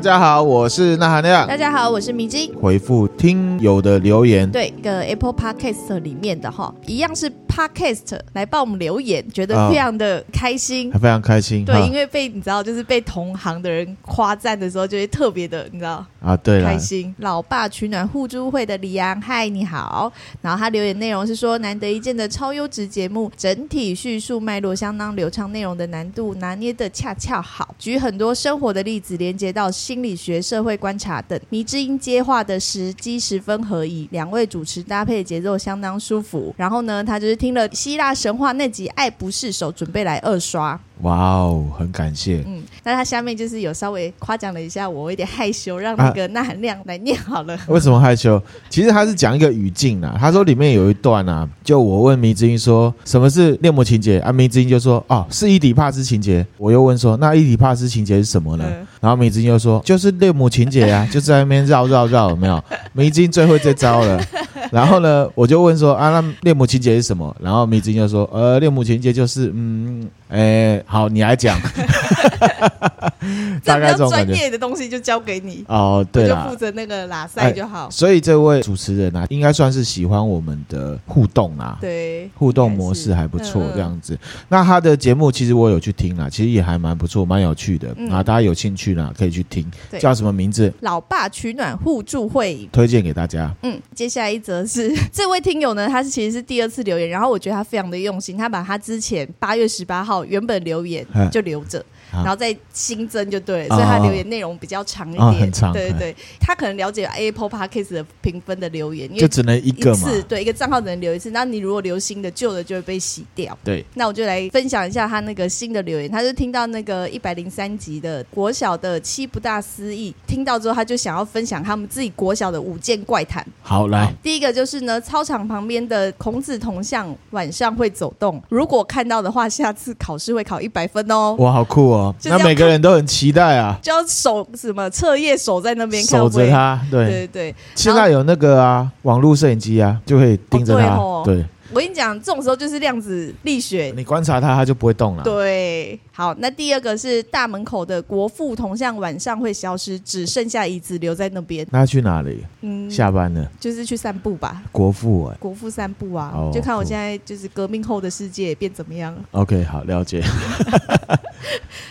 家好，我是那含亮大。家好，我是米基。回复听友的留言，对，一个 Apple Podcast 里面的哈，一样是 Podcast 来帮我们留言，觉得啊非常的开心。还非常开心。对，哈因为被你知道，就是被同行的人夸赞的时候，就会特别的，你知道，啊，对了开，心。老爸取暖互助会的李阳，嗨，你好。然后他留言内容是说，难得一见的超优质节目，整体叙述脉络相当流畅，内容的难度拿捏的恰恰好，举很多生活的例子，连接到心理学、社会观察等，迷之音接话的时机十分合宜，两位主持搭配节奏相当舒服。然后呢，他就是听了希腊神话那集《爱不释手》，准备来二刷。哇哦，很感谢。嗯，那他下面就是有稍微夸奖了一下我，我有点害羞，让那个那含亮来念好了。为什么害羞？其实他是讲一个语境啦。他说里面有一段啊，就我问迷之音说什么是恋母情节，啊，迷之音就说哦是伊底帕斯情节。我又问说那伊底帕斯情节是什么呢？嗯然后迷之音就说就是恋母情节 啊，就在那边绕绕绕，有没有？迷之音最会这招 了。然后呢，我就问说啊，那恋母情节是什么？然后迷之音就说呃，恋母情节就是嗯，哎，好，你来讲， 这大比概这较种感专觉。业的东西就交给你，哦，对我就啦，哎负责那个拉塞就好。所以这位主持人啊，应该算是喜欢我们的互动啊，对，互动模式还不错应该是嗯这样子。那他的节目其实我有去听啦，其实也还蛮不错，蛮有趣的、嗯啊，大家有兴趣呢可以去听。对叫什么名字？老爸取暖互助会。推荐给大家。嗯，接下来一则是 这位听友呢，他是其实是第二次留言，然后我觉得他非常的用心，他把他之前八月十八号原本留言嗯就留着，啊然后再新增就对哦了，所以他留言内容比较长一点，哦很长对嗯对对，他可能了解 Apple Podcast 的评分的留言，因就为只能一一个嘛，次对一个账号只能留一次，那你如果留新的，旧的就会被洗掉。对，那我就来分享一下他那个新的留言，他就听到那个一百零三集的国小的七不大思议，听到之后他就想要分享他们自己国小的五件怪谈。好来，第一个就是呢，操场旁边的孔子铜像晚上会走动，如果看到的话，下次考试会考一百分哦。哇，好酷哦！就是那要每个人都很期待啊，就要守什么彻夜守在那边看守会不会着。他。对，对对，现在有那个啊，网络摄影机啊，就可以盯着他。哦对我跟你讲，这种时候就是量子力学，你观察他，他就不会动了。对，好，那第二个是大门口的国父铜像晚上会消失，只剩下遗址留在那边。那他去哪里？嗯，下班了，就是去散步吧，国父哎、国父散步啊，哦就看我酷现在就是革命后的世界变怎么样了。 OK，好，了解。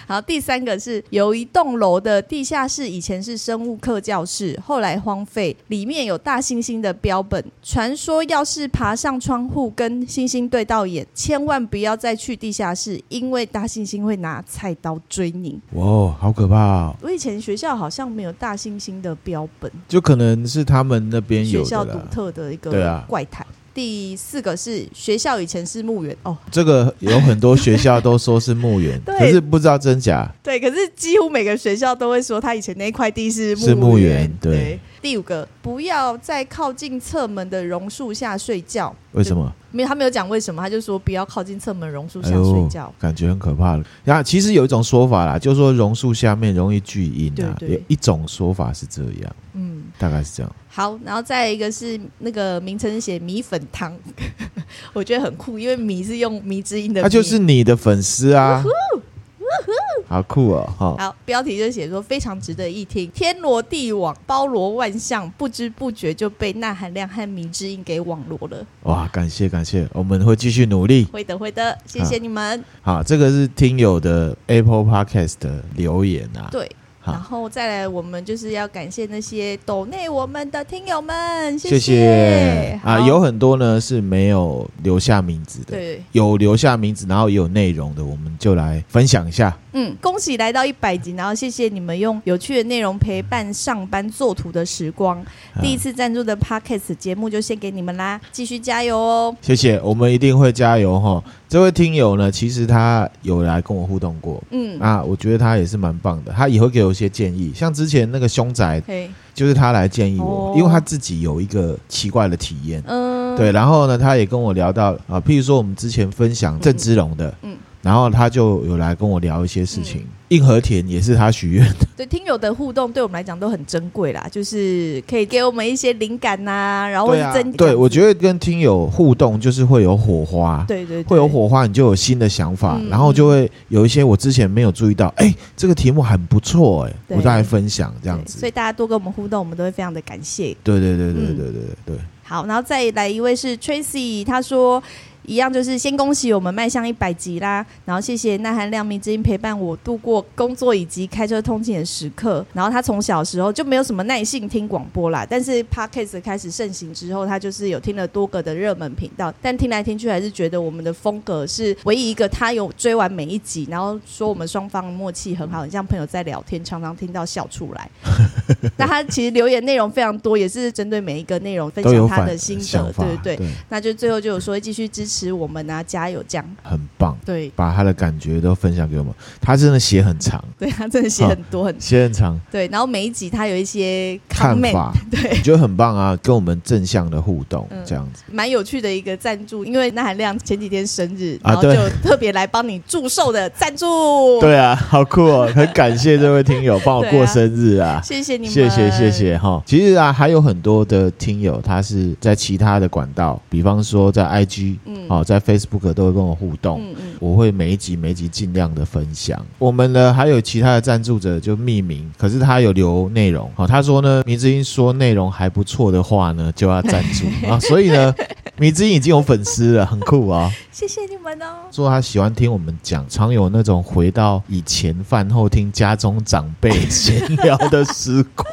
好，第三个是有一栋楼的地下室，以前是生物课教室，后来荒废，里面有大猩猩的标本。传说要是爬上窗户跟猩猩对到眼，千万不要再去地下室，因为大猩猩会拿菜刀追你。哇哦，好可怕哦！我以前学校好像没有大猩猩的标本，就可能是他们那边学有校的独啦。特的一对个啊怪谈。第四个是学校以前是墓园哦，这个有很多学校都说是墓园， 对可是不知道真假。对，可是几乎每个学校都会说他以前那一块地是是墓墓园对第五个，不要在靠近侧门的榕树下睡觉。为什么？没有，他没有讲为什么，他就说不要靠近侧门榕树下哎呦睡觉。感觉很可怕了。然后其实有一种说法啦，就是说榕树下面容易聚阴啊。对对有一种说法是这样，嗯，大概是这样。好，然后再一个是那个名称是写米粉汤， 我觉得很酷，因为米是用米之音的米，他就是你的粉丝啊，好酷哦！哈、好，标题就写说非常值得一听，天罗地网，包罗万象，不知不觉就被那含量和迷之音给网罗了。哇，感谢感谢，我们会继续努力。会的，会的，谢谢你们。好，这个是听友的 Apple Podcast 的留言啊。对，好然后再来，我们就是要感谢那些抖内我们的听友们，谢谢谢啊，好有很多呢是没有留下名字的，对，有留下名字，然后也有内容的，我们就来分享一下。嗯，恭喜来到一百集，然后谢谢你们用有趣的内容陪伴上班做图的时光。嗯第一次赞助的 Podcast 节目就献给你们啦，继续加油哦。谢谢，我们一定会加油哈！这位听友呢，其实他有来跟我互动过。嗯，啊，我觉得他也是蛮棒的，他也会给我一些建议，像之前那个凶宅，嘿，就是他来建议我，哦因为他自己有一个奇怪的体验，嗯，对，然后呢，他也跟我聊到啊，譬如说我们之前分享郑芝龙的，嗯嗯，然后他就有来跟我聊一些事情，硬和田也是他许愿的，对听友的互动，对我们来讲都很珍贵啦，就是可以给我们一些灵感呐、然后或对是啊增，对我觉得跟听友互动就是会有火花，对对对会有火花，你就有新的想法，嗯然后就会有一些我之前没有注意到，哎、这个题目很不错、哎，对我再来分享这样对子所。以大家多跟我们互动，我们都会非常的感谢。对对对对嗯对对对对，好，然后再来一位是 Tracy，他说。一样就是先恭喜我们迈向一百集啦，然后谢谢耐寒亮明之音陪伴我度过工作以及开车通勤的时刻。然后他从小时候就没有什么耐性听广播啦，但是 podcast 开始盛行之后，他就是有听了多个的热门频道，但听来听去还是觉得我们的风格是唯一一个他有追完每一集，然后说我们双方默契很好，很像朋友在聊天，常常听到笑出来。那他其实留言内容非常多，也是针对每一个内容分都有享他反的心想得，法对，对对。那就最后就有说继续支持我们啊，加油这样。很棒，对，把他的感觉都分享给我们。他真的写很长，对他真的写很多很写很长，对，然后每一集他有一些看 comment，法，对，我觉得很棒啊，跟我们正向的互动嗯这样子。蛮有趣的一个赞助，因为那含亮前几天生日，啊然后就对特别来帮你祝寿的赞助。对啊，好酷哦！ 很感谢这位听友帮我对啊过生日啊，谢谢你们，谢谢谢。谢哈。其实啊，还有很多的听友，他是在其他的管道，比方说在 IG，嗯哦，在 Facebook 都会跟我互动。嗯嗯，我会每一集每一集尽量的分享。我们呢还有其他的赞助者就匿名，可是他有留内容。好、他说呢，迷之音说内容还不错的话呢，就要赞 助啊。所以呢，迷之音已经有粉丝了，很酷啊、谢谢你们哦。说他喜欢听我们讲，常有那种回到以前饭后听家中长辈闲聊的时光。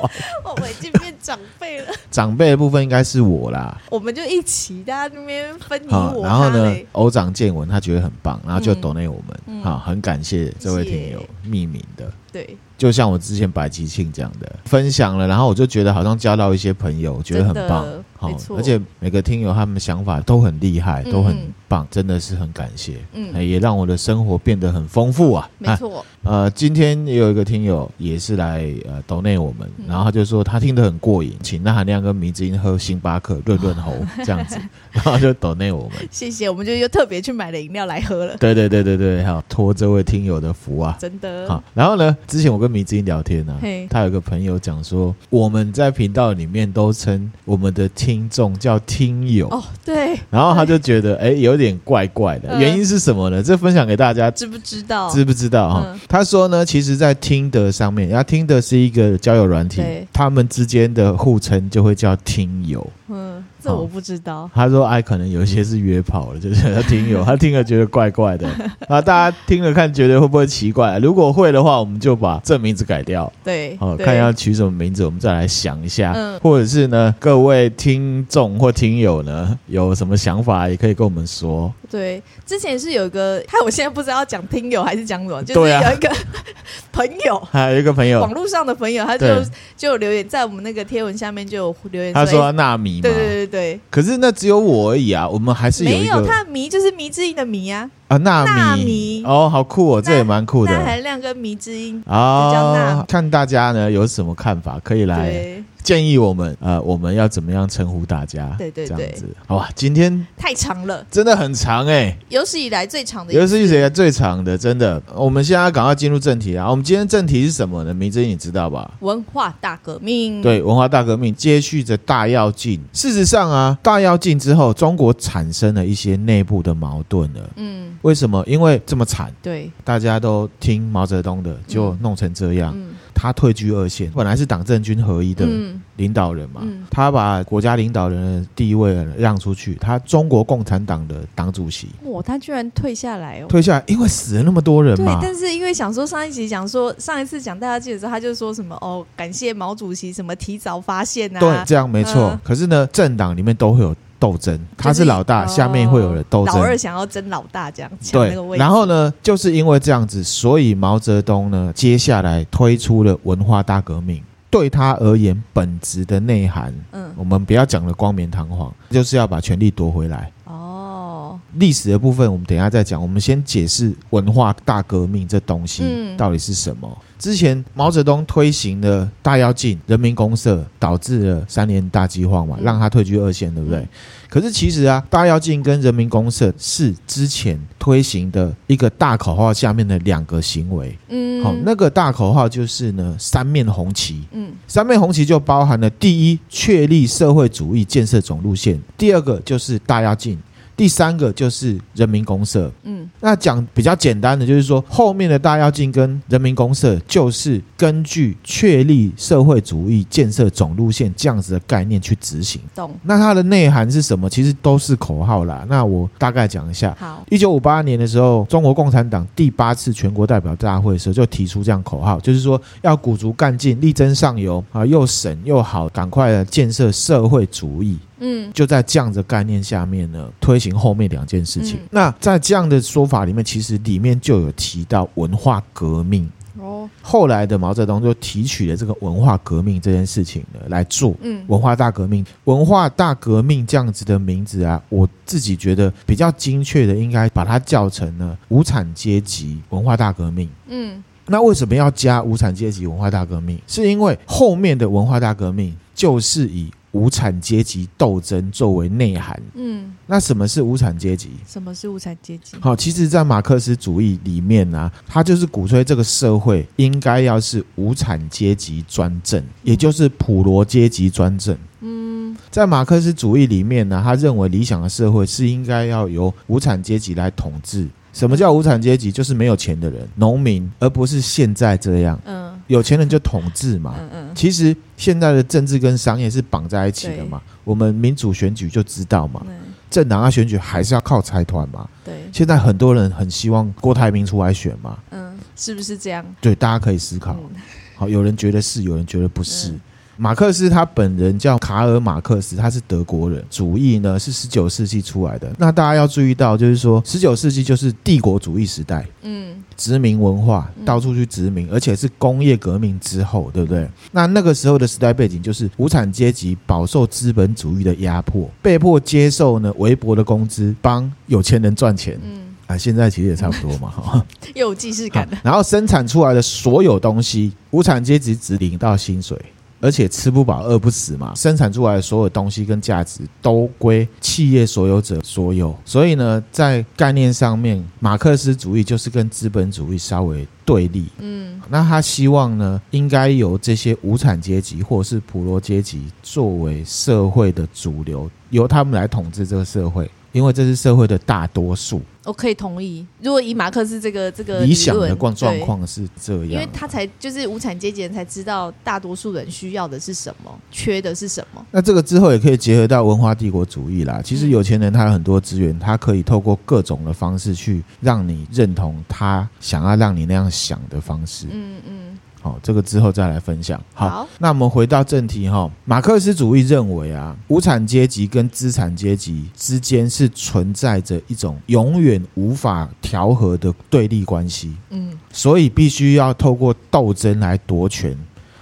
哦我已经变长辈了， 长辈的部分应该是我啦。我们就一起大家那边分你好，我然后他呢嘞。，偶长见闻他觉得很棒，然后就嗯 donate 我们，嗯好，很感谢这位谢谢听友匿名的。对，就像我之前百吉庆讲的，分享了，然后我就觉得好像交到一些朋友，我觉得很棒真的，好没，错而且每个听友他们想法都很厉害，嗯都很嗯棒，真的是很感谢，哎嗯，也让我的生活变得很丰富啊。没啊错，呃，今天也有一个听友也是来呃 donate 我们，嗯然后他就说他听得很过瘾，请那含亮跟迷之音喝星巴克润润 喉这样子，然后就 donate 我们。谢谢，我们就又特别去买了饮料来喝了，对对对对对，好托这位听友的福啊。真的。好，然后呢？之前我跟迷之音聊天呢、嘿他有个朋友讲说，我们在频道里面都称我们的听众叫听友，哦，对，然后他就觉得哎、有点怪怪的，嗯原因是什么呢？这分享给大家知不知道？知不知道哈、哦嗯他说呢，其实，在听的上面，然后听的是一个交友软体对，他们之间的互称就会叫听友。嗯，这我不知道。他说，哎，可能有一些是约炮的， 就是他听友，他听了觉得怪怪的，然后大家听了看，觉得会不会奇怪？如果会的话，我们就把这名字改掉。对，哦，对看要取什么名字，我们再来想一下，嗯或者是呢，各位听众或听友呢，有什么想法也可以跟我们说。对，之前是有一个，害我现在不知道要讲听友还是讲什 么，就是对啊有一个 朋友，还有一个朋友网，络上的朋友，他就对就有留言在我们那个贴文下面就有留言他说哎他纳米嘛，对对对对可是那只有我而已啊，我们还是对，没一有个他的迷就是迷之音的迷啊，啊纳米纳米哦，好酷哦，这也蛮酷的那含亮跟迷之音，啊。就叫纳米看大家呢有什么看法，可以来对，建议我们，呃，我们要怎么样称呼大家？对对这对样子，好吧，今天太长了，真的很长哎、有史以来最长的一尤其是谁最长的，真的。我们现在赶快进入正题啊！我们今天正题是什么呢？明真你知道吧？文化大革命，对，文化大革命接续着大跃进。事实上啊，大跃进之后，中国产生了一些内部的矛盾了。嗯，为什么？因为这么惨，对，大家都听毛泽东的，就弄成这样。嗯他退居二线，本来是党政军合一的嗯领导人嘛，嗯他把国家领导人的地位让出去，他中国共产党的党主席哇，他居然退下来哦。退下来，因为死了那么多人对嘛，。但是因为想说上一集讲说上一次讲大家记得时候，他就说什么哦，感谢毛主席什么提早发现啊，对，这样没错。嗯可是呢，政党里面都会有斗争，他是老大，哦下面会有人斗老争二。想要争老大这样抢那对个位，置，然后呢，就是因为这样子，所以毛泽东呢，接下来推出了文化大革命。对他而言，本质的内涵，嗯我们不要讲的光冕堂皇，就是要把权力夺回来。哦，历史的部分我们等一下再讲，我们先解释文化大革命这东西嗯到底是什么。之前毛泽东推行了大跃进、人民公社，导致了三年大饥荒嘛，嗯让他退居二线，对不对嗯？可是其实啊，大跃进跟人民公社是之前推行的一个大口号下面的两个行为。嗯，好、那个大口号就是呢，三面红旗。嗯三面红旗就包含了第一，确立社会主义建设总路线；第二个就是大跃进；第三个就是人民公社。嗯那讲比较简单的，就是说后面的大跃进跟人民公社，就是根据确立社会主义建设总路线这样子的概念去执行。懂那它的内涵是什么？其实都是口号啦。那我大概讲一下。好一九五八年的时候，中国共产党第八次全国代表大会的时候就提出这样口号，就是说要鼓足干劲，力争上游啊，又省又好，赶快地建设社会主义。嗯就在这样的概念下面呢，推行后面两件事情。嗯那在这样的说法里面，其实里面就有提到文化革命。哦后来的毛泽东就提取了这个文化革命这件事情呢来做，嗯文化大革命，文化大革命这样子的名字啊，我自己觉得比较精确的，应该把它叫成呢无产阶级文化大革命。嗯那为什么要加无产阶级文化大革命？是因为后面的文化大革命就是以无产阶级斗争作为内涵。嗯，那什么是无产阶级？什么是无产阶级？好，其实，在马克思主义里面呢、他就是鼓吹这个社会应该要是无产阶级专政，也就是普罗阶级专政。嗯在马克思主义里面呢，他认为理想的社会是应该要由无产阶级来统治。什么叫无产阶级？就是没有钱的人、农民，而不是现在这样，嗯有钱人就统治嘛。嗯嗯，其实现在的政治跟商业是绑在一起的嘛。我们民主选举就知道嘛，嗯政党要选举还是要靠财团嘛。对，现在很多人很希望郭台铭出来选嘛，嗯，是不是这样？对，大家可以思考。嗯好，有人觉得是，有人觉得不是。嗯马克思他本人叫卡尔马克思，他是德国人，主义呢是十九世纪出来的。那大家要注意到，就是说十九世纪就是帝国主义时代，嗯殖民文化嗯到处去殖民，而且是工业革命之后，对不对？那那个时候的时代背景就是无产阶级饱受资本主义的压迫，被迫接受呢微薄的工资，帮有钱人赚钱嗯，啊。现在其实也差不多嘛，哈。又有既视感的。然后生产出来的所有东西，无产阶级只领到薪水，而且吃不饱饿不死嘛。生产出来的所有东西跟价值都归企业所有者所有。所以呢，在概念上面，马克思主义就是跟资本主义稍微对立。嗯那他希望呢，应该由这些无产阶级或是普罗阶级作为社会的主流，由他们来统治这个社会，因为这是社会的大多数。我哦可以同意。如果以马克思这个这个理想理的论状状，对况是这样，因为他才就是无产阶级人才知道大多数人需要的是什么，缺的是什么。那这个之后也可以结合到文化帝国主义啦。其实有钱人他有很多资源，他可以透过各种的方式去让你认同他想要让你那样想的方式。嗯嗯，好、这个之后再来分享。好，好那我们回到正题哈、马克思主义认为啊，无产阶级跟资产阶级之间是存在着一种永远无法调和的对立关系。嗯所以必须要透过斗争来夺权。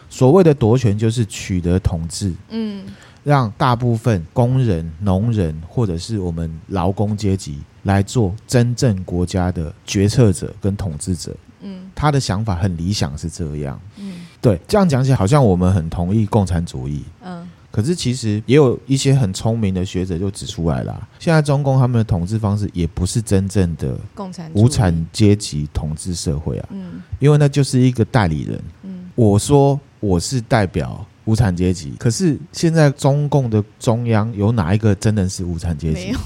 所谓的夺权，就是取得统治，嗯让大部分工人、农人或者是我们劳工阶级来做真正国家的决策者跟统治者。嗯他的想法很理想，是这样。嗯对，这样讲起来好像我们很同意共产主义，嗯可是其实也有一些很聪明的学者就指出来啦，现在中共他们的统治方式也不是真正的共产主义无产阶级统治社会啊，嗯因为那就是一个代理人。嗯我说我是代表无产阶级，可是现在中共的中央有哪一个真的是无产阶没级有？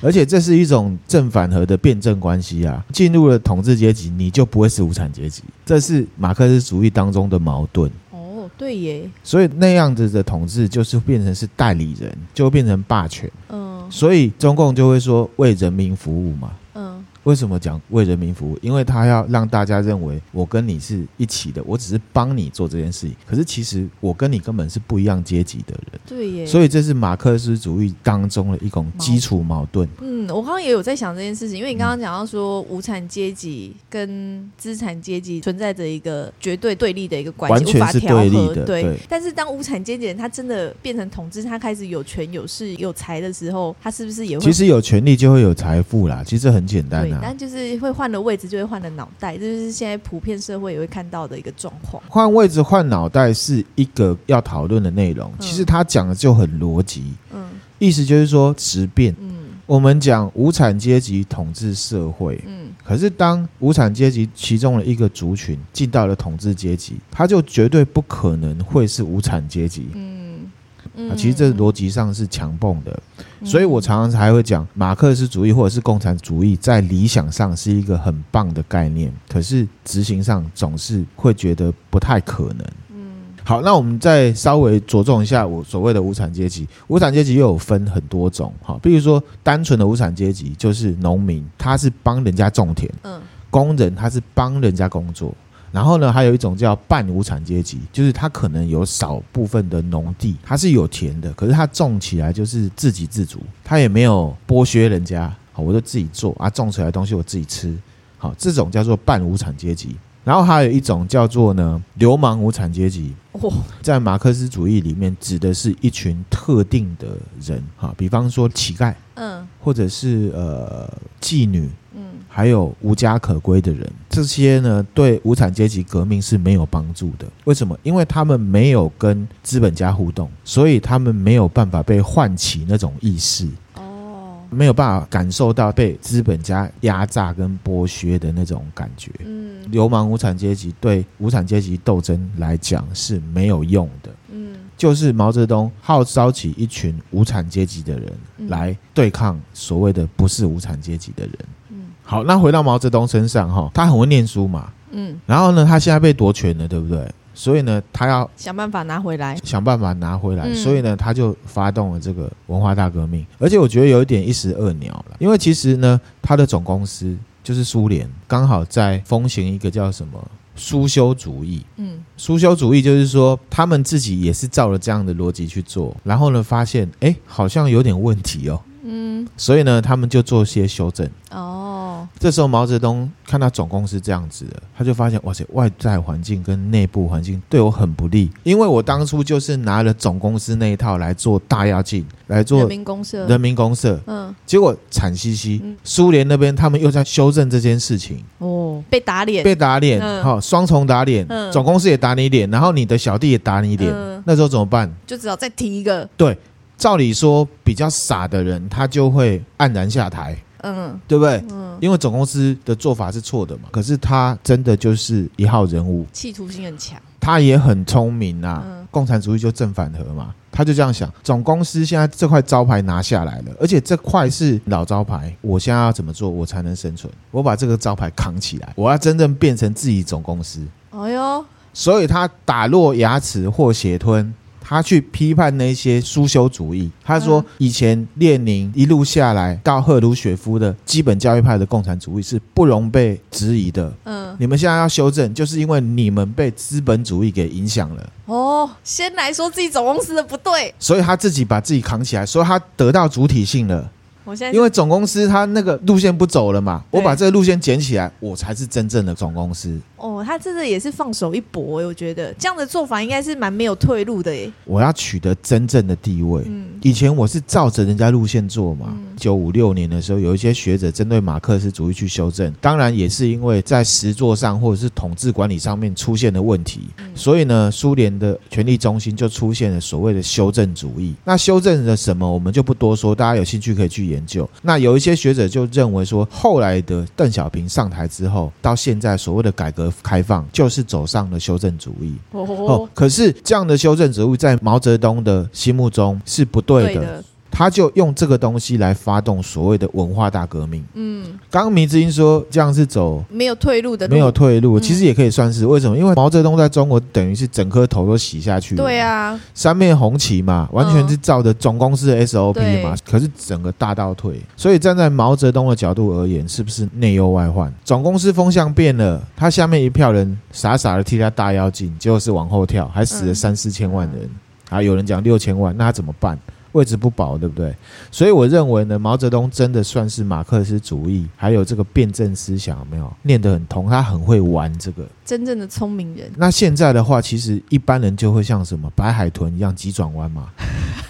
而且这是一种正反合的辩证关系啊！进入了统治阶级，你就不会是无产阶级，这是马克思主义当中的矛盾。哦对耶所以那样子的统治就是变成是代理人，就变成霸权。嗯所以中共就会说为人民服务嘛。嗯为什么讲为人民服务？因为他要让大家认为我跟你是一起的，我只是帮你做这件事情。可是其实我跟你根本是不一样阶级的人，对耶。所以，以这是马克思主义当中的一种基础矛盾。嗯，我刚刚也有在想这件事情，因为你嗯刚刚讲到说无产阶级跟资产阶级存在着一个绝对对立的一个关系，完全无法是调对立和。的对但是当无产阶级人他真的变成统治，他开始有权有势有财的时候，他是不是也会其实有权利就会有财富啦，其实很简单对，啊。但就是会换了位置，就会换了脑袋，这就是现在普遍社会也会看到的一个状况。换位置、换脑袋是一个要讨论的内容。嗯其实他讲的就很逻辑，嗯意思就是说质变。嗯我们讲无产阶级统治社会，嗯，可是当无产阶级其中的一个族群进到了统治阶级，他就绝对不可能会是无产阶级。嗯啊嗯，其实这逻辑上是强蹦的，嗯所以我常常才会讲马克思主义或者是共产主义在理想上是一个很棒的概念，可是执行上总是会觉得不太可能。嗯好，那我们再稍微着重一下我所谓的无产阶级。无产阶级又有分很多种，好，比如说单纯的无产阶级就是农民，他是帮人家种田；嗯工人他是帮人家工作。然后呢，还有一种叫半无产阶级，就是他可能有少部分的农地，他是有田的，可是他种起来就是自给自足，他也没有剥削人家，好，我就自己做啊，种出来的东西我自己吃，好，这种叫做半无产阶级。然后还有一种叫做呢流氓无产阶级，哇在马克思主义里面，指的是一群特定的人哈，比方说乞丐，嗯或者是呃妓女，嗯还有无家可归的人，这些呢对无产阶级革命是没有帮助的。为什么？因为他们没有跟资本家互动，所以他们没有办法被唤起那种意识，哦没有办法感受到被资本家压榨跟剥削的那种感觉。嗯流氓无产阶级对无产阶级斗争来讲是没有用的。嗯就是毛泽东号召起一群无产阶级的人嗯来对抗所谓的不是无产阶级的人。嗯好，那回到毛泽东身上哈，他很会念书嘛，嗯，然后呢，他现在被夺权了，对不对？所以呢，他要想办法拿回来。想办法拿回来，嗯所以呢，他就发动了这个文化大革命。而且我觉得有一点一石二鸟了，因为其实呢，他的总公司就是苏联，刚好在风行一个叫什么苏修主义，嗯苏修主义就是说，他们自己也是照了这样的逻辑去做，然后呢，发现哎，诶好像有点问题哦，嗯所以呢，他们就做些修正。哦这时候，毛泽东看到总公司这样子了，他就发现，哇塞，外在环境跟内部环境对我很不利，因为我当初就是拿了总公司那一套来做大跃进，来人做民公社。人民公社，嗯结果惨兮兮嗯，苏联那边他们又在修正这件事情，哦，被打脸。被打脸，嗯好、双重打脸，嗯总公司也打你脸，然后你的小弟也打你脸，嗯那时候怎么办？就只好再提一个。照理说，比较傻的人他就会黯然下台，嗯对不对？嗯，因为总公司的做法是错的嘛。可是他真的就是一号人物，企图心很强。他也很聪明呐、嗯共产主义就正反合嘛，他就这样想：总公司现在这块招牌拿下来了，而且这块是老招牌，我现在要怎么做我才能生存？我把这个招牌扛起来，我要真正变成自己总公司。哎呦，所以他打落牙齿或血吞。他去批判那些苏修主义，他说嗯以前列宁一路下来到赫鲁雪夫的基本教育派的共产主义是不容被质疑的。嗯你们现在要修正，就是因为你们被资本主义给影响了，哦，先来说自己总公司的不对，所以他自己把自己扛起来，所以他得到主体性了。我现在因为总公司他那个路线不走了嘛，嗯对我把这个路线捡起来，我才是真正的总公司。哦，他真的也是放手一搏欸，我觉得这样的做法应该是蛮没有退路的耶。我要取得真正的地位。嗯以前我是照着人家路线做嘛嗯。九五六年的时候，有一些学者针对马克思主义去修正，当然也是因为在实作上或者是统治管理上面出现的问题，嗯所以呢，苏联的权力中心就出现了所谓的修正主义。那修正了什么，我们就不多说，大家有兴趣可以去研究。那有一些学者就认为说，后来的邓小平上台之后，到现在所谓的改革开放，就是走上了修正主义。哦哦，可是这样的修正职务在毛泽东的心目中是不对的，的，他就用这个东西来发动所谓的文化大革命。嗯，刚刚迷之音说这样是走没有退路的路，没有退路，嗯其实也可以算是为什么？因为毛泽东在中国等于是整颗头都洗下去了，对啊，三面红旗嘛，完全是照着总公司的 SOP 嘛，嗯对可是整个大倒退。所以站在毛泽东的角度而言，是不是内忧外患？总公司风向变了，他下面一票人傻傻的替他大妖精，结果是往后跳，还死了嗯三四千万人，啊，有人讲六千万，那他怎么办？位置不保，对不对？所以我认为呢，毛泽东真的算是马克思主义，还有这个辩证思想有没有念得很通，他很会玩这个。真正的聪明人，那现在的话，其实一般人就会像什么白海豚一样急转弯嘛，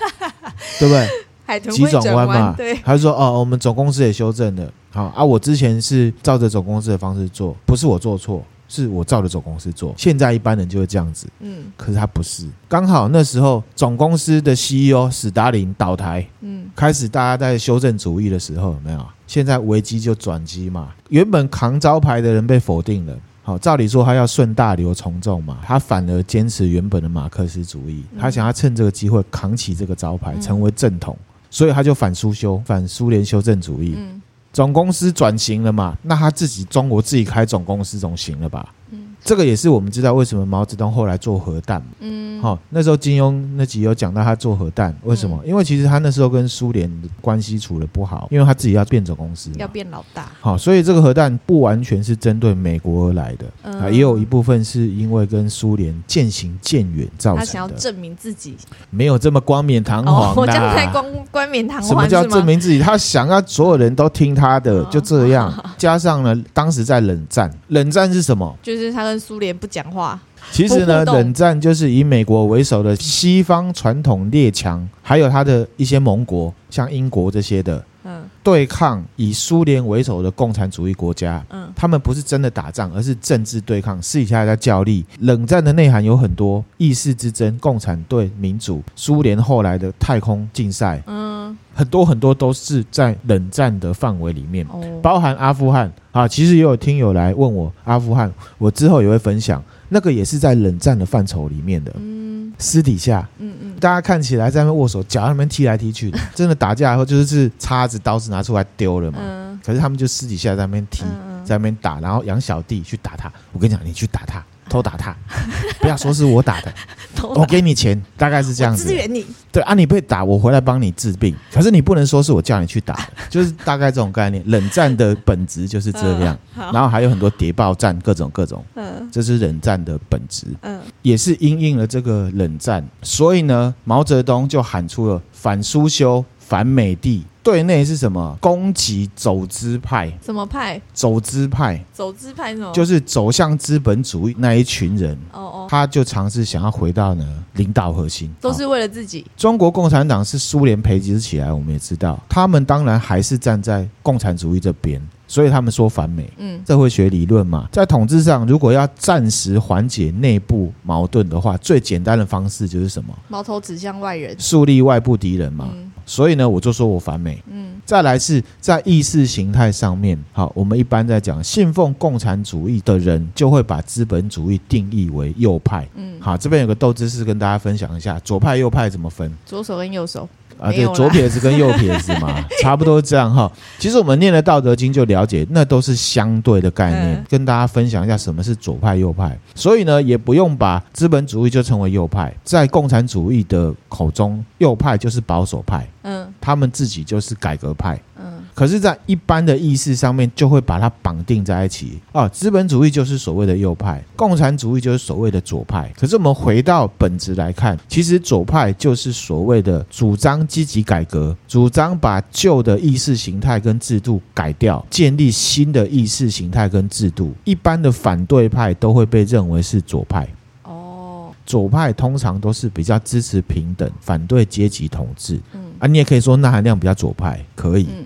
对不对？海豚急会转转弯嘛弯，对，，他就说哦，我们总公司也修正了，好啊，我之前是照着总公司的方式做，不是我做错，是我照着总公司做。现在一般人就会这样子，嗯可是他不是。刚好那时候总公司的 CEO 史达林倒台，嗯开始大家在修正主义的时候，有没有？现在危机就转机嘛。原本扛招牌的人被否定了，好，照理说他要顺大流从众嘛，他反而坚持原本的马克思主义，嗯他想要趁这个机会扛起这个招牌，嗯成为正统。所以他就反苏修、反苏联修正主义，嗯总公司转型了嘛？那他自己中国自己开总公司总行了吧？嗯这个也是我们知道为什么毛泽东后来做核弹嘛。嗯，好、那时候金庸那集有讲到他做核弹，为什么？因为其实他那时候跟苏联关系处的不好，因为他自己要变总公司嘛要变老大，好、所以这个核弹不完全是针对美国而来的，嗯啊，也有一部分是因为跟苏联渐行渐远造他成想要的，证明自己，没有这么光冕堂哦，皇我的、这样太光冠冕堂什么皇叫是证吗？明自己？他想要所有人都听他的，哦就这样。加上呢，当时在冷战，冷战是什么？就是他跟苏联不讲话，其实呢，不互动冷战就是以美国为首的西方传统列强，还有他的一些盟国，像英国这些的，嗯对抗以苏联为首的共产主义国家。嗯他们不是真的打仗，而是政治对抗，私底下在较力。冷战的内涵有很多：意识之争、共产对民主、苏联后来的太空竞赛，嗯，很多很多都是在冷战的范围里面。哦，包含阿富汗啊，其实也有听友来问我阿富汗，我之后也会分享，那个也是在冷战的范畴里面的。嗯私底下，嗯嗯，大家看起来在那边握手，脚在那边踢来踢 去的，真的打架以后就是叉子、刀子拿出来丢了嘛。嗯可是他们就私底下在那边踢，嗯在那边打，然后养小弟去打他。我跟你讲，你去打他，偷打 他，不要说是我打的，我我给你钱，大概哦是这样子支。援你，对啊，你被打，我回来帮你治病。可是你不能说是我叫你去打的，就是大概这种概念。冷战的本质就是这样，嗯好然后还有很多谍报战，各种各种，嗯这是冷战的本质，嗯也是因应了这个冷战。所以呢，毛泽东就喊出了反苏修、反美帝。对内是什么？攻击走资派，什么派？走资派走资派什么？就是走向资本主义那一群人，哦哦，他就尝试想要回到呢领导核心，都是为了自己，中国共产党是苏联培植起来，我们也知道，他们当然还是站在共产主义这边，所以他们说反美。嗯社会学理论嘛，在统治上，如果要暂时缓解内部矛盾的话，最简单的方式就是什么？矛头指向外人，树立外部敌人嘛。嗯所以呢，我就说我反美。嗯再来是在意识形态上面，好，我们一般在讲信奉共产主义的人，就会把资本主义定义为右派。嗯，好，这边有个斗知识跟大家分享一下，左派右派怎么分？左手跟右手，啊，没对有，啦左撇子跟右撇子 嘛，差不多这样哈。其实我们念了《道德经》就了解，那都是相对的概念，嗯跟大家分享一下什么是左派、右派。所以呢，也不用把资本主义就称为右派，在共产主义的口中，右派就是保守派，嗯他们自己就是改革派。嗯可是，在一般的意识上面，就会把它绑定在一起啊。资本主义就是所谓的右派，共产主义就是所谓的左派。可是，我们回到本质来看，其实左派就是所谓的主张积极改革，主张把旧的意识形态跟制度改掉，建立新的意识形态跟制度。一般的反对派都会被认为是左派。哦左派通常都是比较支持平等、反对阶级统治嗯啊，你也可以说那含量比较左派，可以。嗯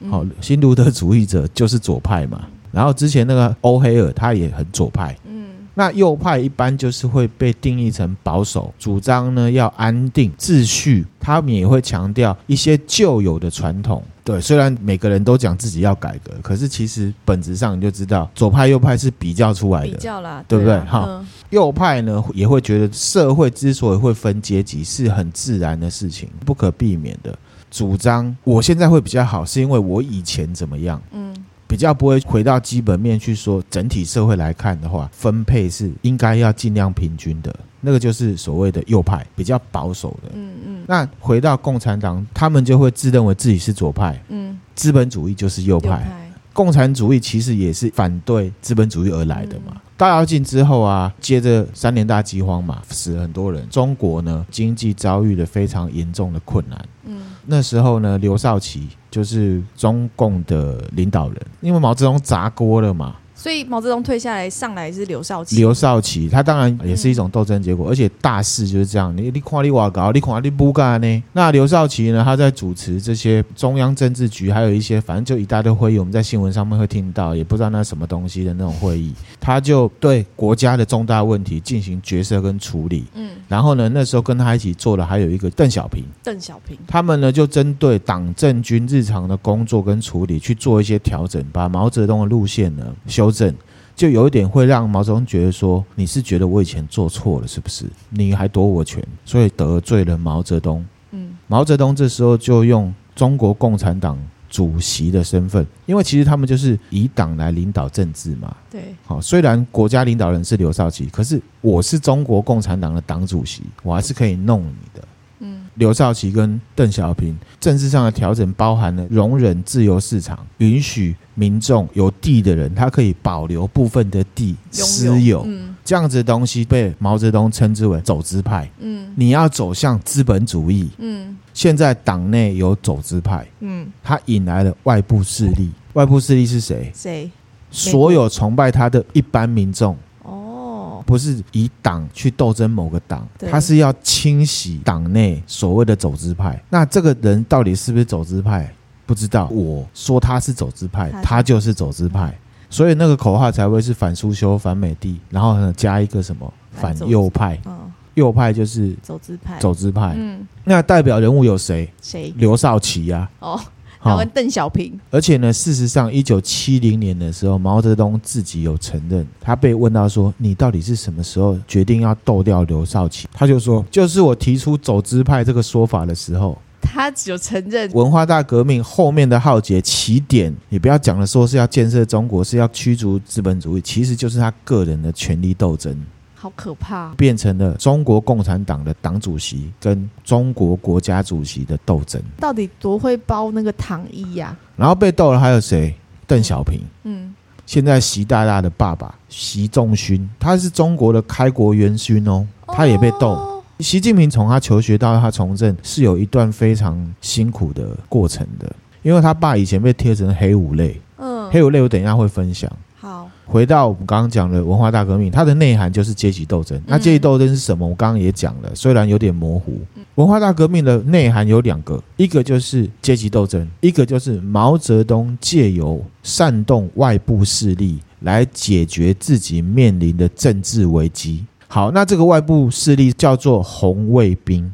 嗯好、新卢德主义者就是左派嘛。然后之前那个欧黑尔他也很左派，嗯那右派一般就是会被定义成保守，主张呢要安定秩序，他们也会强调一些旧有的传统。对，虽然每个人都讲自己要改革，可是其实本质上你就知道左派右派是比较出来比的。较啦，对不啊对好嗯右派呢也会觉得社会之所以会分阶级是很自然的事情，不可避免的。主张我现在会比较好，是因为我以前怎么样，嗯比较不会回到基本面去说。整体社会来看的话，分配是应该要尽量平均的，那个就是所谓的右派，比较保守的。嗯嗯那回到共产党，他们就会自认为自己是左派，嗯，资本主义就是右右派。共产主义其实也是反对资本主义而来的嘛。大跃进之后啊，接着三年大饥荒嘛，死了很多人。中国呢，经济遭遇了非常严重的困难。嗯那时候呢，刘少奇就是中共的领导人，因为毛泽东砸锅了嘛。所以毛泽东退下来，上来是刘少奇。刘少奇他当然也是一种斗争结果，而且大势就是这样。你你看你瓦搞，你看你不干呢。那刘少奇呢，他在主持这些中央政治局，还有一些反正就一大堆会议，我们在新闻上面会听到，也不知道那什么东西的那种会议，他就对国家的重大问题进行决策跟处理。嗯，然后呢，那时候跟他一起做的还有一个邓小平。邓小平。他们呢就针对党政军日常的工作跟处理去做一些调整，把毛泽东的路线呢修正，就有一点会让毛泽东觉得说你是觉得我以前做错了是不是？你还夺我权，所以得罪了毛泽东。嗯毛泽东这时候就用中国共产党主席的身份，因为其实他们就是以党来领导政治嘛。对，好，虽然国家领导人是刘少奇，可是我是中国共产党的党主席，我还是可以弄你的。嗯刘少奇跟邓小平政治上的调整，包含了容忍自由市场，允许民众有地的人，他可以保留部分的地拥私有，嗯这样子的东西被毛泽东称之为走资派。嗯你要走向资本主义，嗯现在党内有走资派，嗯，他引来了外部势力。外部势力是谁？谁？所有崇拜他的一般民众，哦，不是以党去斗争某个党，对他是要清洗党内所谓的走资派。那这个人到底是不是走资派？不知道。我说他是走资派他，他就是走资派。所以那个口号才会是反苏修、反美帝，然后呢加一个什么反反走资右派，嗯，右派就是走资派。走资派。嗯，那代表人物有谁？谁？刘少奇呀、哦，好。台湾邓小平。而且呢，事实上，一九七零年的时候，毛泽东自己有承认，他被问到说：“你到底是什么时候决定要斗掉刘少奇？”他就说：“就是我提出走资派这个说法的时候，他只有承认文化大革命后面的浩劫起点，你不要讲的说是要建设中国，是要驱逐资本主义，其实就是他个人的权力斗争，好可怕，变成了中国共产党的党主席跟中国国家主席的斗争。到底多会包那个糖衣呀、然后被斗了还有谁？邓小平。”嗯现在习大大的爸爸习仲勋，他是中国的开国元勋哦，他也被斗。哦习近平从他求学到他从政是有一段非常辛苦的过程的，因为他爸以前被贴成黑五类，嗯，黑五类我等一下会分享。好，回到我们刚刚讲的文化大革命，它的内涵就是阶级斗争。那阶级斗争是什么？我刚刚也讲了，虽然有点模糊。文化大革命的内涵有两个，一个就是阶级斗争，一个就是毛泽东借由煽动外部势力来解决自己面临的政治危机。好，那这个外部势力叫做红卫兵。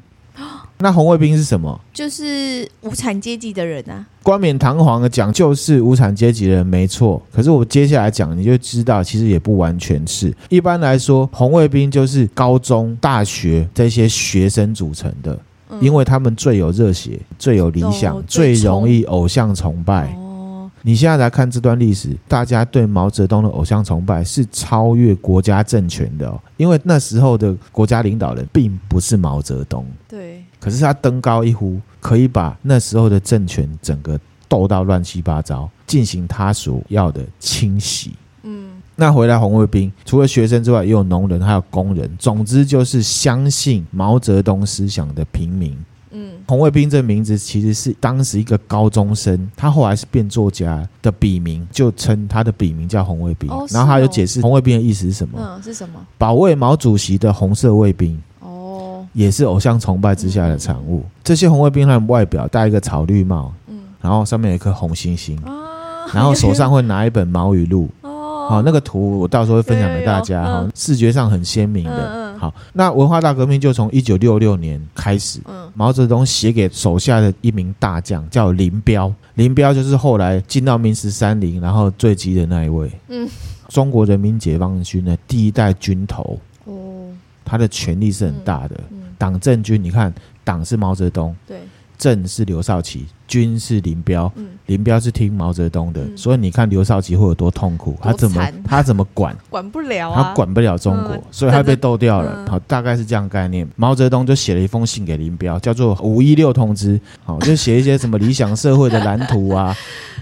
那红卫兵是什么？就是无产阶级的人啊，冠冕堂皇的讲就是无产阶级的人没错，可是我接下来讲你就知道，其实也不完全是。一般来说，红卫兵就是高中、大学这些学生组成的，嗯、因为他们最有热血、最有理想哦、最最容易偶像崇拜。哦，你现在来看这段历史，大家对毛泽东的偶像崇拜是超越国家政权的、哦，因为那时候的国家领导人并不是毛泽东。对，可是他登高一呼，可以把那时候的政权整个斗到乱七八糟，进行他所要的清洗。嗯那回来红卫兵，除了学生之外，也有农人，还有工人，总之就是相信毛泽东思想的平民。嗯红卫兵这名字其实是当时一个高中生，他后来是变作家的笔名，就称他的笔名叫红卫兵。哦是然后他哦就解释红卫兵的意思是什么：嗯，是什么？保卫毛主席的红色卫兵。哦，也是偶像崇拜之下的产物。这些红卫兵他们外表戴一个草绿帽，嗯然后上面有一颗红星星，啊，然后手上会拿一本毛语录。 哦，好，那个图我到时候会分享给大家有有有哈嗯，视觉上很鲜明嗯的。嗯好，那文化大革命就从一九六六年开始。嗯毛泽东写给手下的一名大将叫林彪，林彪就是后来进到明十三陵然后坠机的那一位。嗯，中国人民解放军的第一代军头，哦他的权力是很大的。嗯党政军，你看，党是毛泽东，对正是刘少奇，军是林彪，嗯，林彪是听毛泽东的，嗯所以你看刘少奇会有多痛苦，他怎么惨他怎么 管，管不了啊，他管不了中国嗯，所以他被斗掉了真。的嗯好，大概是这样概念。毛泽东就写了一封信给林彪，叫做“五一六通知”，好，就写一些什么理想社会的蓝图啊。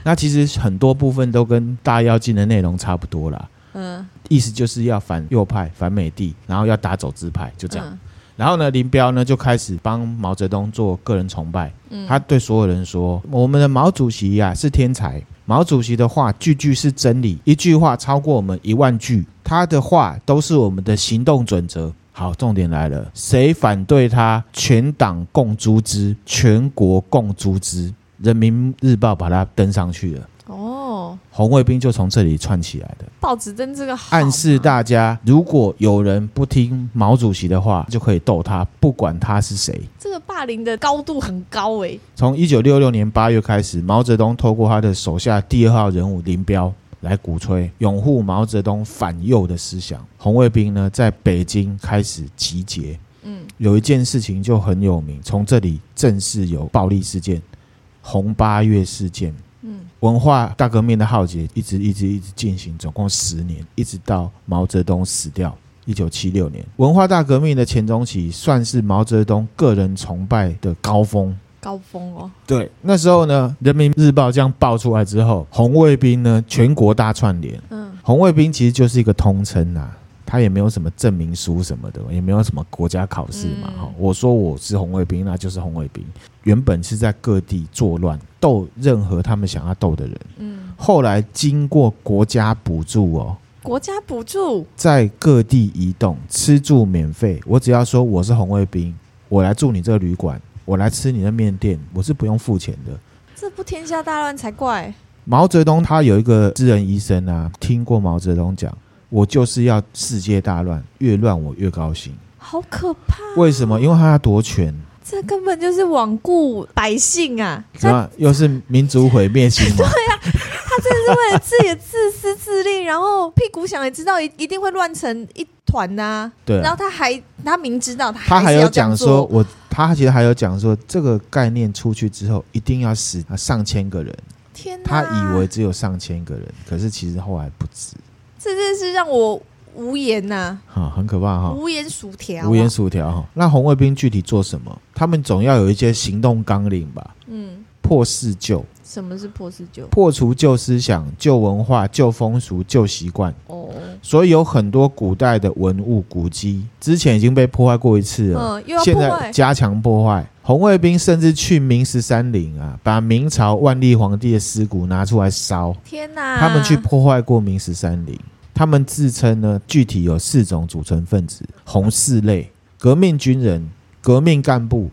那其实很多部分都跟大跃进的内容差不多啦，嗯，意思就是要反右派、反美帝，然后要打走资派，就这样。嗯，然后呢，林彪呢就开始帮毛泽东做个人崇拜，嗯他对所有人说：“我们的毛主席呀、是天才，毛主席的话句句是真理，一句话超过我们一万句，他的话都是我们的行动准则。”好，重点来了，谁反对他，全党共诛之，全国共诛之。人民日报把他登上去了，哦，红卫兵就从这里串起来的。报纸登这个好啊暗示吗，大家，如果有人不听毛主席的话，就可以斗他，不管他是谁。这个霸凌的高度很高欸诶、从一九六六年八月开始，毛泽东透过他的手下第二号人物林彪来鼓吹拥护毛泽东反右的思想。红卫兵呢，在北京开始集结。嗯，有一件事情就很有名，从这里正式有暴力事件——红八月事件。嗯文化大革命的浩劫一直一直一直进行，总共十年，一直到毛泽东死掉。一九七六年，文化大革命的前中期算是毛泽东个人崇拜的高峰。高峰哦，对，那时候呢，《人民日报》这样爆出来之后，红卫兵呢全国大串联。嗯红卫兵其实就是一个通称啊，他也没有什么证明书什么的，也没有什么国家考试嘛。嗯哈、我说我是红卫兵，那就是红卫兵。原本是在各地作乱，斗任何他们想要斗的人。嗯，后来经过国家补助哦，国家补助，在各地移动，吃住免费。我只要说我是红卫兵，我来住你这个旅馆，我来吃你的面店，我是不用付钱的。这不天下大乱才怪。毛泽东他有一个私人医生啊，听过毛泽东讲，我就是要世界大乱，越乱我越高兴。好可怕！为什么？因为他要夺 权，这根本就是罔顾百姓啊！什他么又是民族毁灭性 嘛？真的是为了自己的自私自利，然后屁股想也知道一一定会乱成一团呐、对然啊、后他还他明知道他他还是有要这样讲做说，我他其实还有讲说，这个概念出去之后，一定要死啊上千个人。天哪，他以为只有上千个人，可是其实后来不止，这真是让我无言呐、哈、很可怕哈、无言薯条、啊，无言薯条哈、那红卫兵具体做什么？他们总要有一些行动纲领吧？嗯，破四旧，什么是破四九？破除旧思想、旧文化、旧风俗、旧习惯，哦，所以有很多古代的文物古迹，之前已经被破坏过一次了，嗯，又要现破在坏，加强破坏。红卫兵甚至去明十三陵啊，把明朝万历皇帝的尸骨拿出来烧，天哪！他们去破坏过明十三陵。他们自称呢，具体有四种组成分子：红四类，革命军人、革命干部、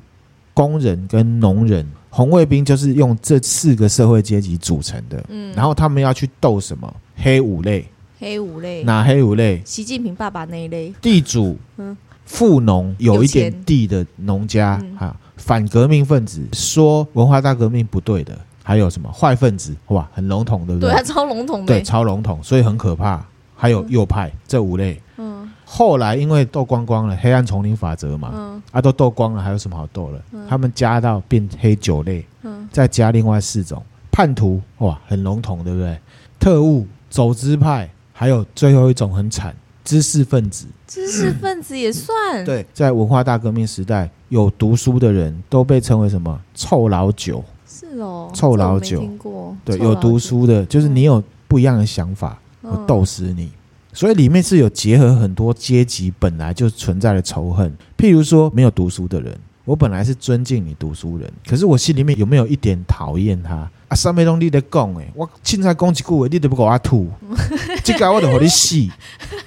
工人跟农人。红卫兵就是用这四个社会阶级组成的。嗯，然后他们要去斗什么？黑五类，黑五类，哪黑五类？习近平爸爸那一类，地主嗯、富农，有一点有钱地的农家嗯哈、反革命分子说文化大革命不对的，还有什么坏分子？哇，很笼统，对不对他超笼统对，的，超笼统，所以很可怕。还有右派这五类，嗯后来因为斗光光了，黑暗丛林法则嘛，嗯啊都斗光了，还有什么好斗了？嗯他们加到变黑九类，嗯再加另外四种叛徒，哇，很笼统，对不对？特务、走资派，还有最后一种很惨，知识分子。知识分子也算，对，在文化大革命时代，有读书的人都被称为什么臭老九？是哦，臭这我老没九听过，对，臭有老读九，书的，就是你有不一样的想法，我嗯斗死你。所以里面是有结合很多阶级本来就存在的仇恨，譬如说没有读书的人，我本来是尊敬你读书人，可是我心里面有没有一点讨厌他啊？上面拢你在讲诶，我凊彩讲一句话，你都不给我吐， 这个我都给你死，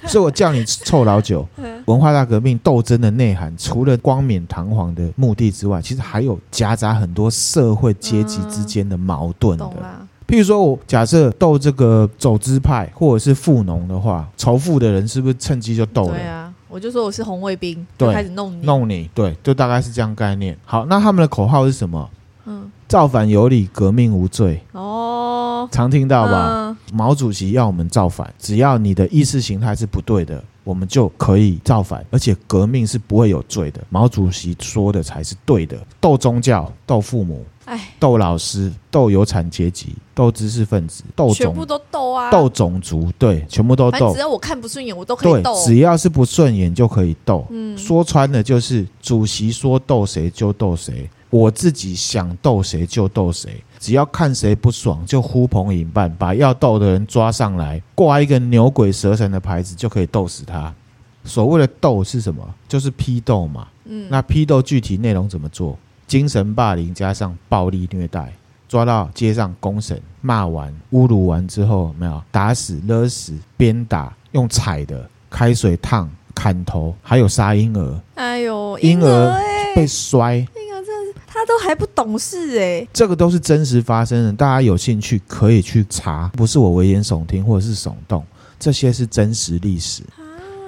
所以我叫你臭老九。嗯文化大革命斗争的内涵，除了光冕堂皇的目的之外，其实还有夹杂很多社会阶级之间的矛盾的。嗯懂啦，譬如说，我假设斗这个走资派或者是富农的话，仇富的人是不是趁机就斗了？对啊，我就说我是红卫兵，对就开始弄你，弄你，对，就大概是这样概念。好，那他们的口号是什么？嗯，造反有理，革命无罪，哦，常听到吧？嗯？毛主席要我们造反，只要你的意识形态是不对的，我们就可以造反，而且革命是不会有罪的。毛主席说的才是对的，斗宗教、斗父母、哎，斗老师、斗有产阶级、斗知识分子、斗全部种、都斗啊，斗种族，对，全部都反正斗只。要我看不顺眼，我都可对以斗，。只要是不顺眼就可以斗。嗯，说穿了就是，主席说斗谁就斗谁，我自己想斗谁就斗谁，只要看谁不爽就呼朋引伴，把要斗的人抓上来，挂一个牛鬼蛇神的牌子就可以斗死他。所谓的斗是什么？就是批斗嘛。嗯，那批斗具体内容怎么做？精神霸凌加上暴力虐待，抓到街上公审，骂完、侮辱完之后，有没有打死、勒死、鞭打，用踩的、开水烫、砍头，还有杀婴儿，哎呦，婴婴儿儿哎，被摔，婴儿真的是他都还不懂事哎，这个都是真实发生的。大家有兴趣可以去查，不是我危言耸听或者是耸动，这些是真实历史。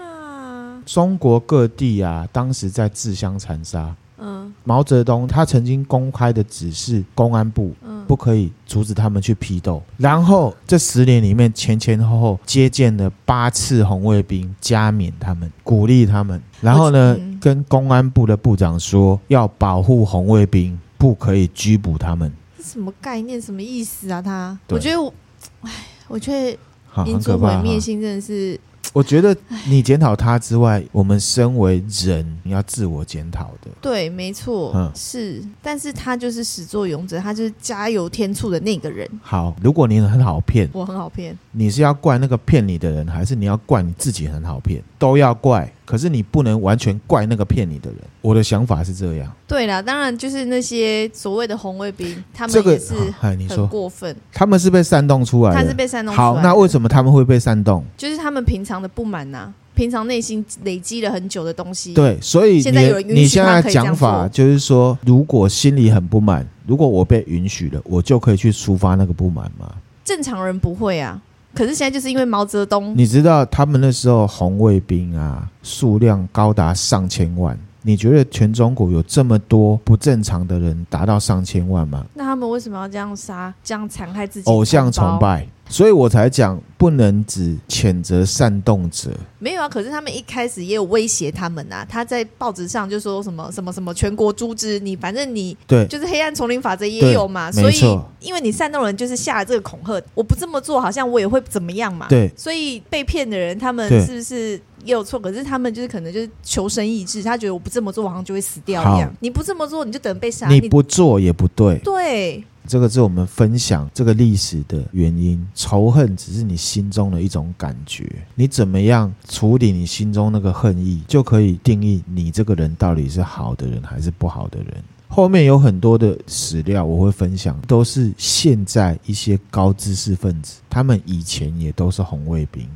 啊，中国各地啊，当时在自相残杀，嗯毛泽东他曾经公开的指示公安部嗯，不可以阻止他们去批斗。然后这十年里面，前前后后接见了八次红卫兵，加冕他们，鼓励他们。然后呢嗯，跟公安部的部长说，要保护红卫兵，不可以拘捕他们。这什么概念？什么意思啊？他，对我觉得我，哎，我觉得好，民很可族怕毁哈。灭性真的是，我觉得你检讨他之外，我们身为人你要自我检讨的。对，没错，嗯是，但是他就是始作俑者，他就是加油添醋的那个人，好，如果你很好骗，我很好骗，你是要怪那个骗你的人，还是你要怪你自己很好骗？都要怪，可是你不能完全怪那个骗你的人。我的想法是这样，对啦，当然就是那些所谓的红卫兵，他这们个也是哎，你很说过分，他们是被煽动出来的，他是被煽动出来好，那为什么他们会被煽动？就是他们平常的不满呐、平常内心累积了很久的东西，，对，所以嗯现在有人你允许你现在他可的以这样讲法做就是说，如果心里很不满，如果我被允许了，我就可以去抒发那个不满嘛。正常人不会啊。可是现在就是因为毛泽东，你知道他们那时候红卫兵啊，数量高达上千万。你觉得全中国有这么多不正常的人达到上千万吗？那他们为什么要这样杀、这样残害自己？偶像崇，拜，所以我才讲不能只谴责煽动者。没有啊。可是他们一开始也有威胁他们啊。他在报纸上就说什么什么什么全国诛之，你反正你对，就是黑暗丛林法则也对有嘛，没所以错因为你煽动人就是下了这个恐吓，我不这么做好像我也会怎么样嘛。对所以被骗的人他们对是不是也有错？可是他们就是可能就是求生意志，他觉得我不这么做好像就会死掉一样好。你不这么啊做你就等被杀，你不做也不对。对这个是我们分享这个历史的原因。仇恨只是你心中的一种感觉，你怎么样处理你心中那个恨意，就可以定义你这个人到底是好的人还是不好的人。后面有很多的史料我会分享，都是现在一些高知识分子，他们以前也都是红卫兵。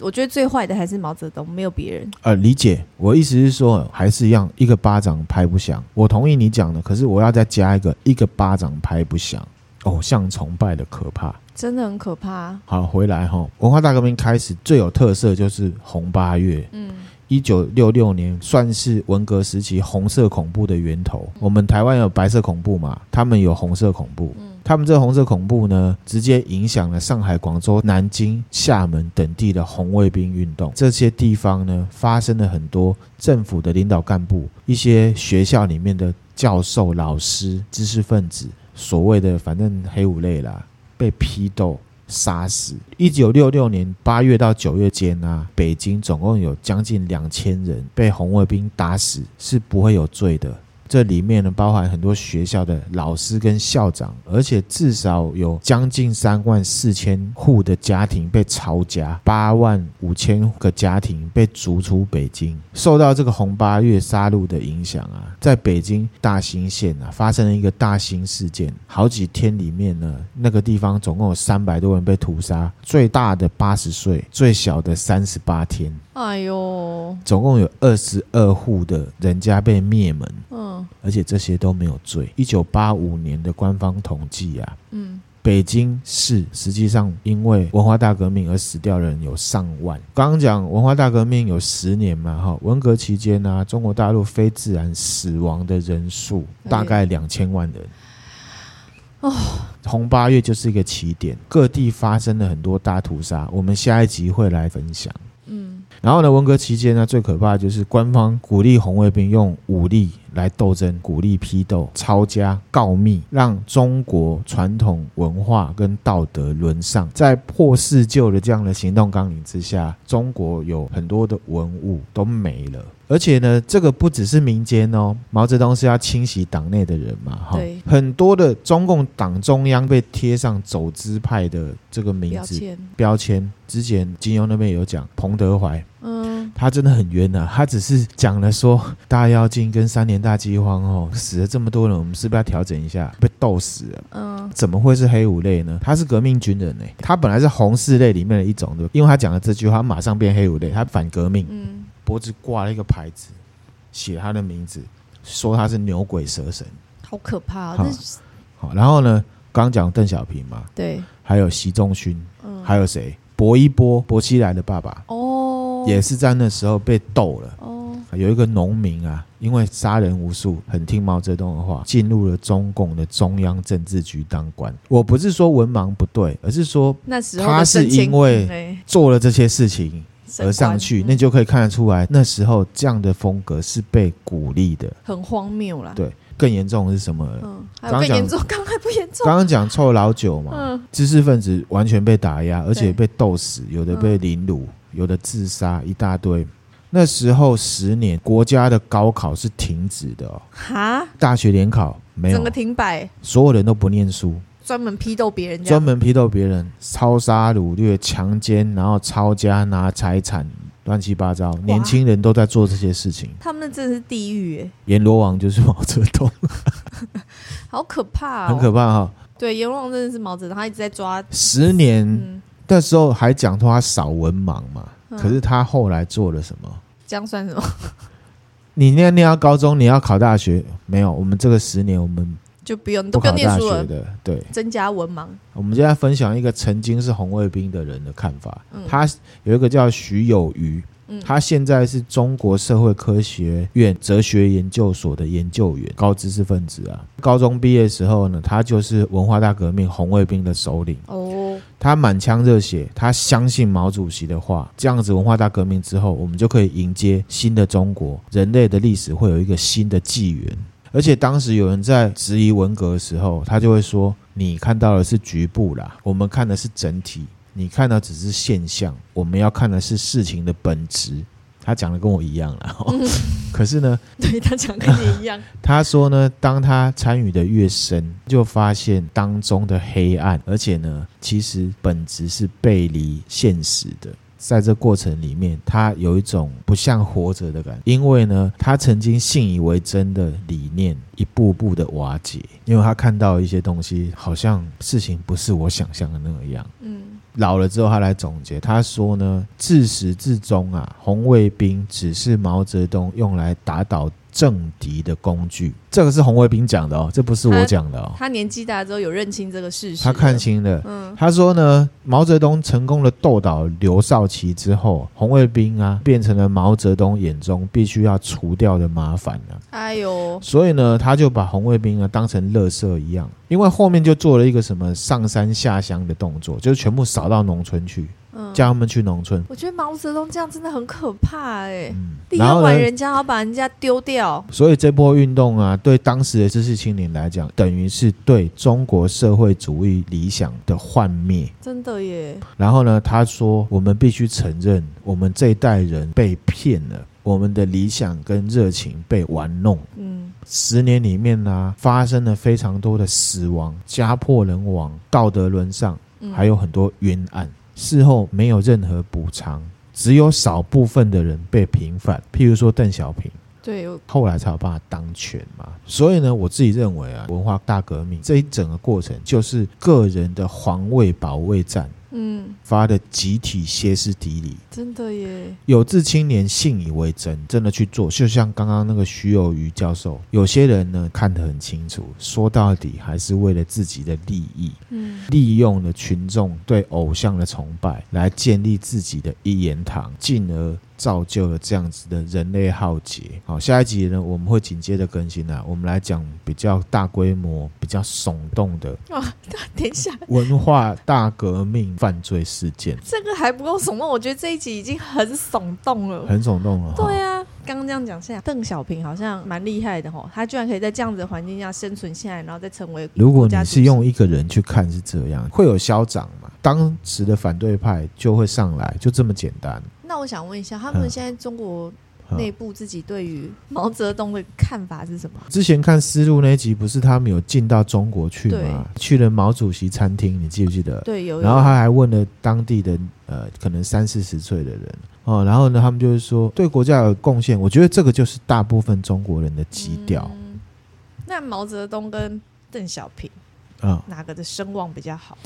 我觉得最坏的还是毛泽东，没有别人。呃，理解。我意思是说，还是一样，一个巴掌拍不响。我同意你讲的，可是我要再加一个，一个巴掌拍不响。偶像崇拜的可怕。真的很可怕，好，回来哈，文化大革命开始最有特色就是红八月。嗯，一九六六年算是文革时期红色恐怖的源头。我们台湾有白色恐怖嘛，他们有红色恐怖。他们这红色恐怖呢，直接影响了上海、广州、南京、厦门等地的红卫兵运动。这些地方呢，发生了很多政府的领导干部、一些学校里面的教授、老师、知识分子，所谓的反正黑五类啦，被批斗。杀死。一九六六年八月到九月间啊，北京总共有将近两千人被红卫兵打死，是不会有罪的。这里面呢，包含很多学校的老师跟校长，而且至少有将近三万四千户的家庭被抄家，八万五千个家庭被逐出北京。受到这个红八月杀戮的影响啊，在北京大兴县啊，发生了一个大兴事件，好几天里面呢，那个地方总共有三百多人被屠杀，最大的八十岁，最小的三十八天。哎呦，总共有二十二户的人家被灭门，嗯而且这些都没有罪。一九八五年的官方统计啊，嗯，北京市实际上因为文化大革命而死掉的人有上万。刚刚讲文化大革命有十年嘛，哈，文革期间呢、中国大陆非自然死亡的人数大概两千万人。哦，红八月就是一个起点，各地发生了很多大屠杀，我们下一集会来分享。嗯，然后呢，文革期间呢，最可怕的就是官方鼓励红卫兵用武力来斗争，鼓励批斗、抄家、告密，让中国传统文化跟道德沦丧。在破四旧的这样的行动纲领之下，中国有很多的文物都没了。而且呢，这个不只是民间哦，毛泽东是要清洗党内的人嘛，哈对，很多的中共党中央被贴上走资派的这个名标字签，标签。之前金庸那边有讲彭德怀，嗯，他真的很冤呐、他只是讲了说大跃进跟三年大饥荒哦，死了这么多人，我们是不是要调整一下？被斗死了。嗯，怎么会是黑五类呢？他是革命军人呢、他本来是红四类里面的一种的，因为他讲了这句话，他马上变黑五类，他反革命，嗯，脖子挂了一个牌子，写他的名字，说他是牛鬼蛇神。好可怕、哦，好那是好，然后呢，刚讲邓小平嘛，对，还有习仲勋，嗯，还有谁？薄一波，薄熙来的爸爸，哦，也是在那时候被斗了。哦，有一个农民啊，因为杀人无数，很听毛泽东的话，进入了中共的中央政治局当官。我不是说文盲不对，而是说那时候他的是升迁因为哎做了这些事情而上去，升那官嗯就可以看得出来，那时候这样的风格是被鼓励的。很荒谬啦。对，更严重的是什么？嗯，还有刚更讲严重，刚才不严重，刚刚讲臭老九嘛，嗯，知识分子完全被打压，而且对嗯被斗死，有的被凌辱，有的自杀，一大堆。那时候十年，国家的高考是停止的、哦，哈，大学联考没整有个，停摆，所有人都不念书，专门批斗别人，这专样门批斗别人、抄杀、掳掠、强奸，然后抄家、拿财产，乱七八糟。年轻人都在做这些事情。他们那真的是地狱，哎，阎罗王就是毛泽东，好可怕、哦，很可怕哈、对，阎王真的是毛泽东，他一直在抓，十年嗯，那时候还讲说他少文盲嘛，嗯可是他后来做了什么？这样算什么？ 你念念到高中，你要考大学，没有？我们这个十年我们就不用，你不都不考用念大书学了，的，对。增加文盲，我们现在分享一个曾经是红卫兵的人的看法，嗯他有一个叫徐有余，嗯他现在是中国社会科学院哲学研究所的研究员，高知识分子啊。高中毕业的时候呢，他就是文化大革命红卫兵的首领，哦，他满腔热血，他相信毛主席的话。这样子，文化大革命之后，我们就可以迎接新的中国，人类的历史会有一个新的纪元。而且当时有人在质疑文革的时候，他就会说：“你看到的是局部啦，我们看的是整体，你看到只是现象，我们要看的是事情的本质。”他讲的跟我一样啦， 可是呢， 对他讲跟你一样，他说呢，当他参与的越深，就发现当中的黑暗，而且呢，其实本质是背离现实的。在这过程里面，他有一种不像活着的感觉，因为呢，他曾经信以为真的理念一步步的瓦解，因为他看到一些东西，好像事情不是我想象的那样。嗯，老了之后，他来总结，他说呢，自始至终啊，红卫兵只是毛泽东用来打倒政敌的工具。这个是红卫兵讲的哦，这不是我讲的哦，他年纪大之后有认清这个事实，他看，清了。嗯，他说呢，毛泽东成功的斗倒刘少奇之后，红卫兵啊变成了毛泽东眼中必须要除掉的麻烦啊。哎呦，所以呢，他就把红卫兵呢啊当成垃圾一样，因为后面就做了一个什么上山下乡的动作，就是全部扫到农村去，嗯，叫他们去农村。我觉得毛泽东这样真的很可怕哎、嗯，利然用后完呢，人家，然后把人家丢掉，所以这波运动啊，对当时的知识青年来讲，等于是对中国社会主义理想的幻灭。真的耶，然后呢，他说，我们必须承认，我们这一代人被骗了。我们的理想跟热情被玩弄，嗯，十年里面呢、发生了非常多的死亡、家破人亡、道德沦丧，嗯还有很多冤案，事后没有任何补偿，只有少部分的人被平反，譬如说邓小平。对，我后来才有办法当权嘛。所以呢，我自己认为啊，文化大革命这一整个过程就是个人的皇位保卫战嗯，发的集体歇斯底里。真的耶，有志青年信以为真，真的去做，就像刚刚那个徐有余教授，有些人呢看得很清楚，说到底还是为了自己的利益，嗯，利用了群众对偶像的崇拜来建立自己的一言堂，进而造就了这样子的人类浩劫。好，下一集呢，我们会紧接着更新啊，我们来讲比较大规模、比较耸动的等一下， 文化大革命犯罪事件，这个还不够耸动，我觉得这一集已经很耸动了。很耸动了。对，啊，刚刚这样讲下来，邓小平好像蛮厉害的吼，他居然可以在这样子的环境下生存下来，然后再成为如果国你家主是席用一个人去看是这样，会有消长嘛？当时的反对派就会上来，就这么简单。那我想问一下，他嗯们现在中国嗯内部自己对于毛泽东的看法是什么？之前看思路那一集，不是他们有进到中国去对吗？去了毛主席餐厅，你记不记得？对，有。然后有他还问了当地的呃，可能三四十岁的人哦，然后呢，他们就是说对国家有贡献，我觉得这个就是大部分中国人的基调啊、嗯那毛泽东跟邓小平嗯哪个的声望比较好？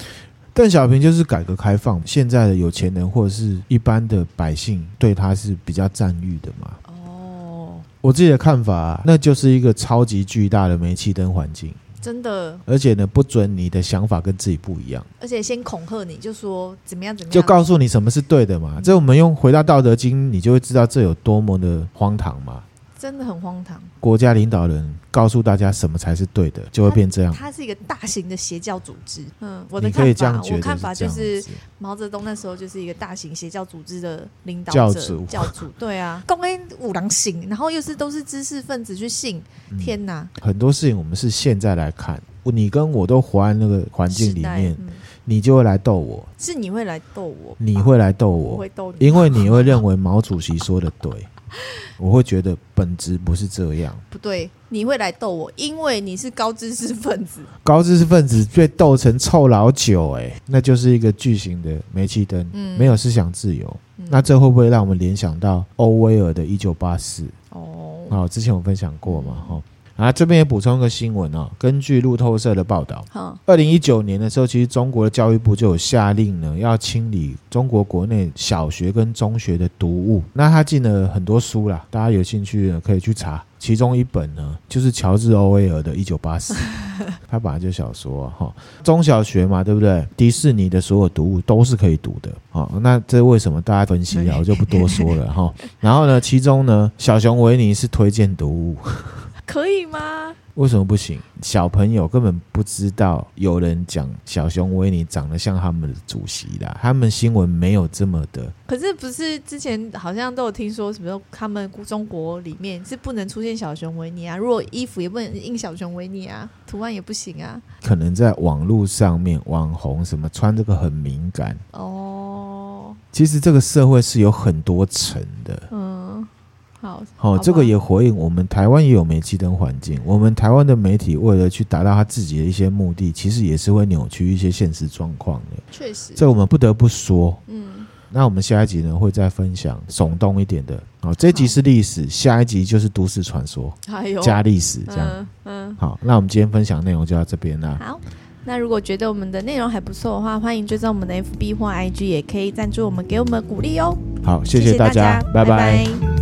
邓小平就是改革开放，现在的有钱人或者是一般的百姓对他是比较赞誉的嘛。哦，我自己的看法、啊，那就是一个超级巨大的煤气灯环境，真的，而且呢，不准你的想法跟自己不一样，而且先恐吓你，就说怎么样怎么样，就告诉你什么是对的嗯嘛。这我们用回到《道德经》，你就会知道这有多么的荒唐嘛。真的很荒唐。国家领导人告诉大家什么才是对的，就会变这样。它是一个大型的邪教组织。嗯，我的你可以看这样法，觉得我看法这就样是子。毛泽东那时候就是一个大型邪教组织的领导教者、主教 主对啊，公安五郎行，然后又是都是知识分子去信，嗯天哪，很多事情我们是现在来看，你跟我都活在那个环境里时代面，嗯你就会来逗我，是你会来逗我，啊你会来逗我我会，逗你，因为你会认为毛主席说的 对，我会觉得本质不是这样。不对，你会来逗我，因为你是高知识分子，高知识分子被斗成臭老九、哎，那就是一个巨型的煤气灯，嗯没有思想自由。嗯那这会不会让我们联想到欧威尔的《一九八四》？哦，哦，之前有分享过嘛，哈、啊，这边也补充一个新闻哦，根据路透社的报道，好，二零一九年的时候，其实中国的教育部就有下令呢，要清理中国国内小学跟中学的读物。那他进了很多书啦，大家有兴趣呢可以去查。其中一本呢，就是乔治·欧威尔的《一九八四》，他本来就小说哈、中小学嘛，对不对？迪士尼的所有读物都是可以读的。好、那这为什么大家分析啊了，我就不多说了哈、然后呢，其中呢，小熊维尼是推荐读物，可以吗？为什么不行？小朋友根本不知道有人讲小熊维尼长得像他们的主席啦，他们新闻没有这么的。可是不是之前好像都有听说什么？他们中国里面是不能出现小熊维尼啊，如果衣服也不能印小熊维尼啊，图案也不行啊。可能在网络上面，网红什么穿这个很敏感。哦，其实这个社会是有很多层的。嗯，好，哦好，吧这个也回应我们台湾也有煤气灯环境。我们台湾的媒体为了去达到他自己的一些目的，其实也是会扭曲一些现实状况的。确实，这我们不得不说。嗯，那我们下一集呢会再分享耸动一点的。哦，这一集是历史，下一集就是都市传说。还有加历史这样。哦嗯好，那我们今天分享内容就到这边嗯，啦。好。那如果觉得我们的内容还不错的话，欢迎追踪我们的 FB 或 IG，也可以赞助我们，给我们鼓励哦。好，谢谢谢大家，拜拜拜拜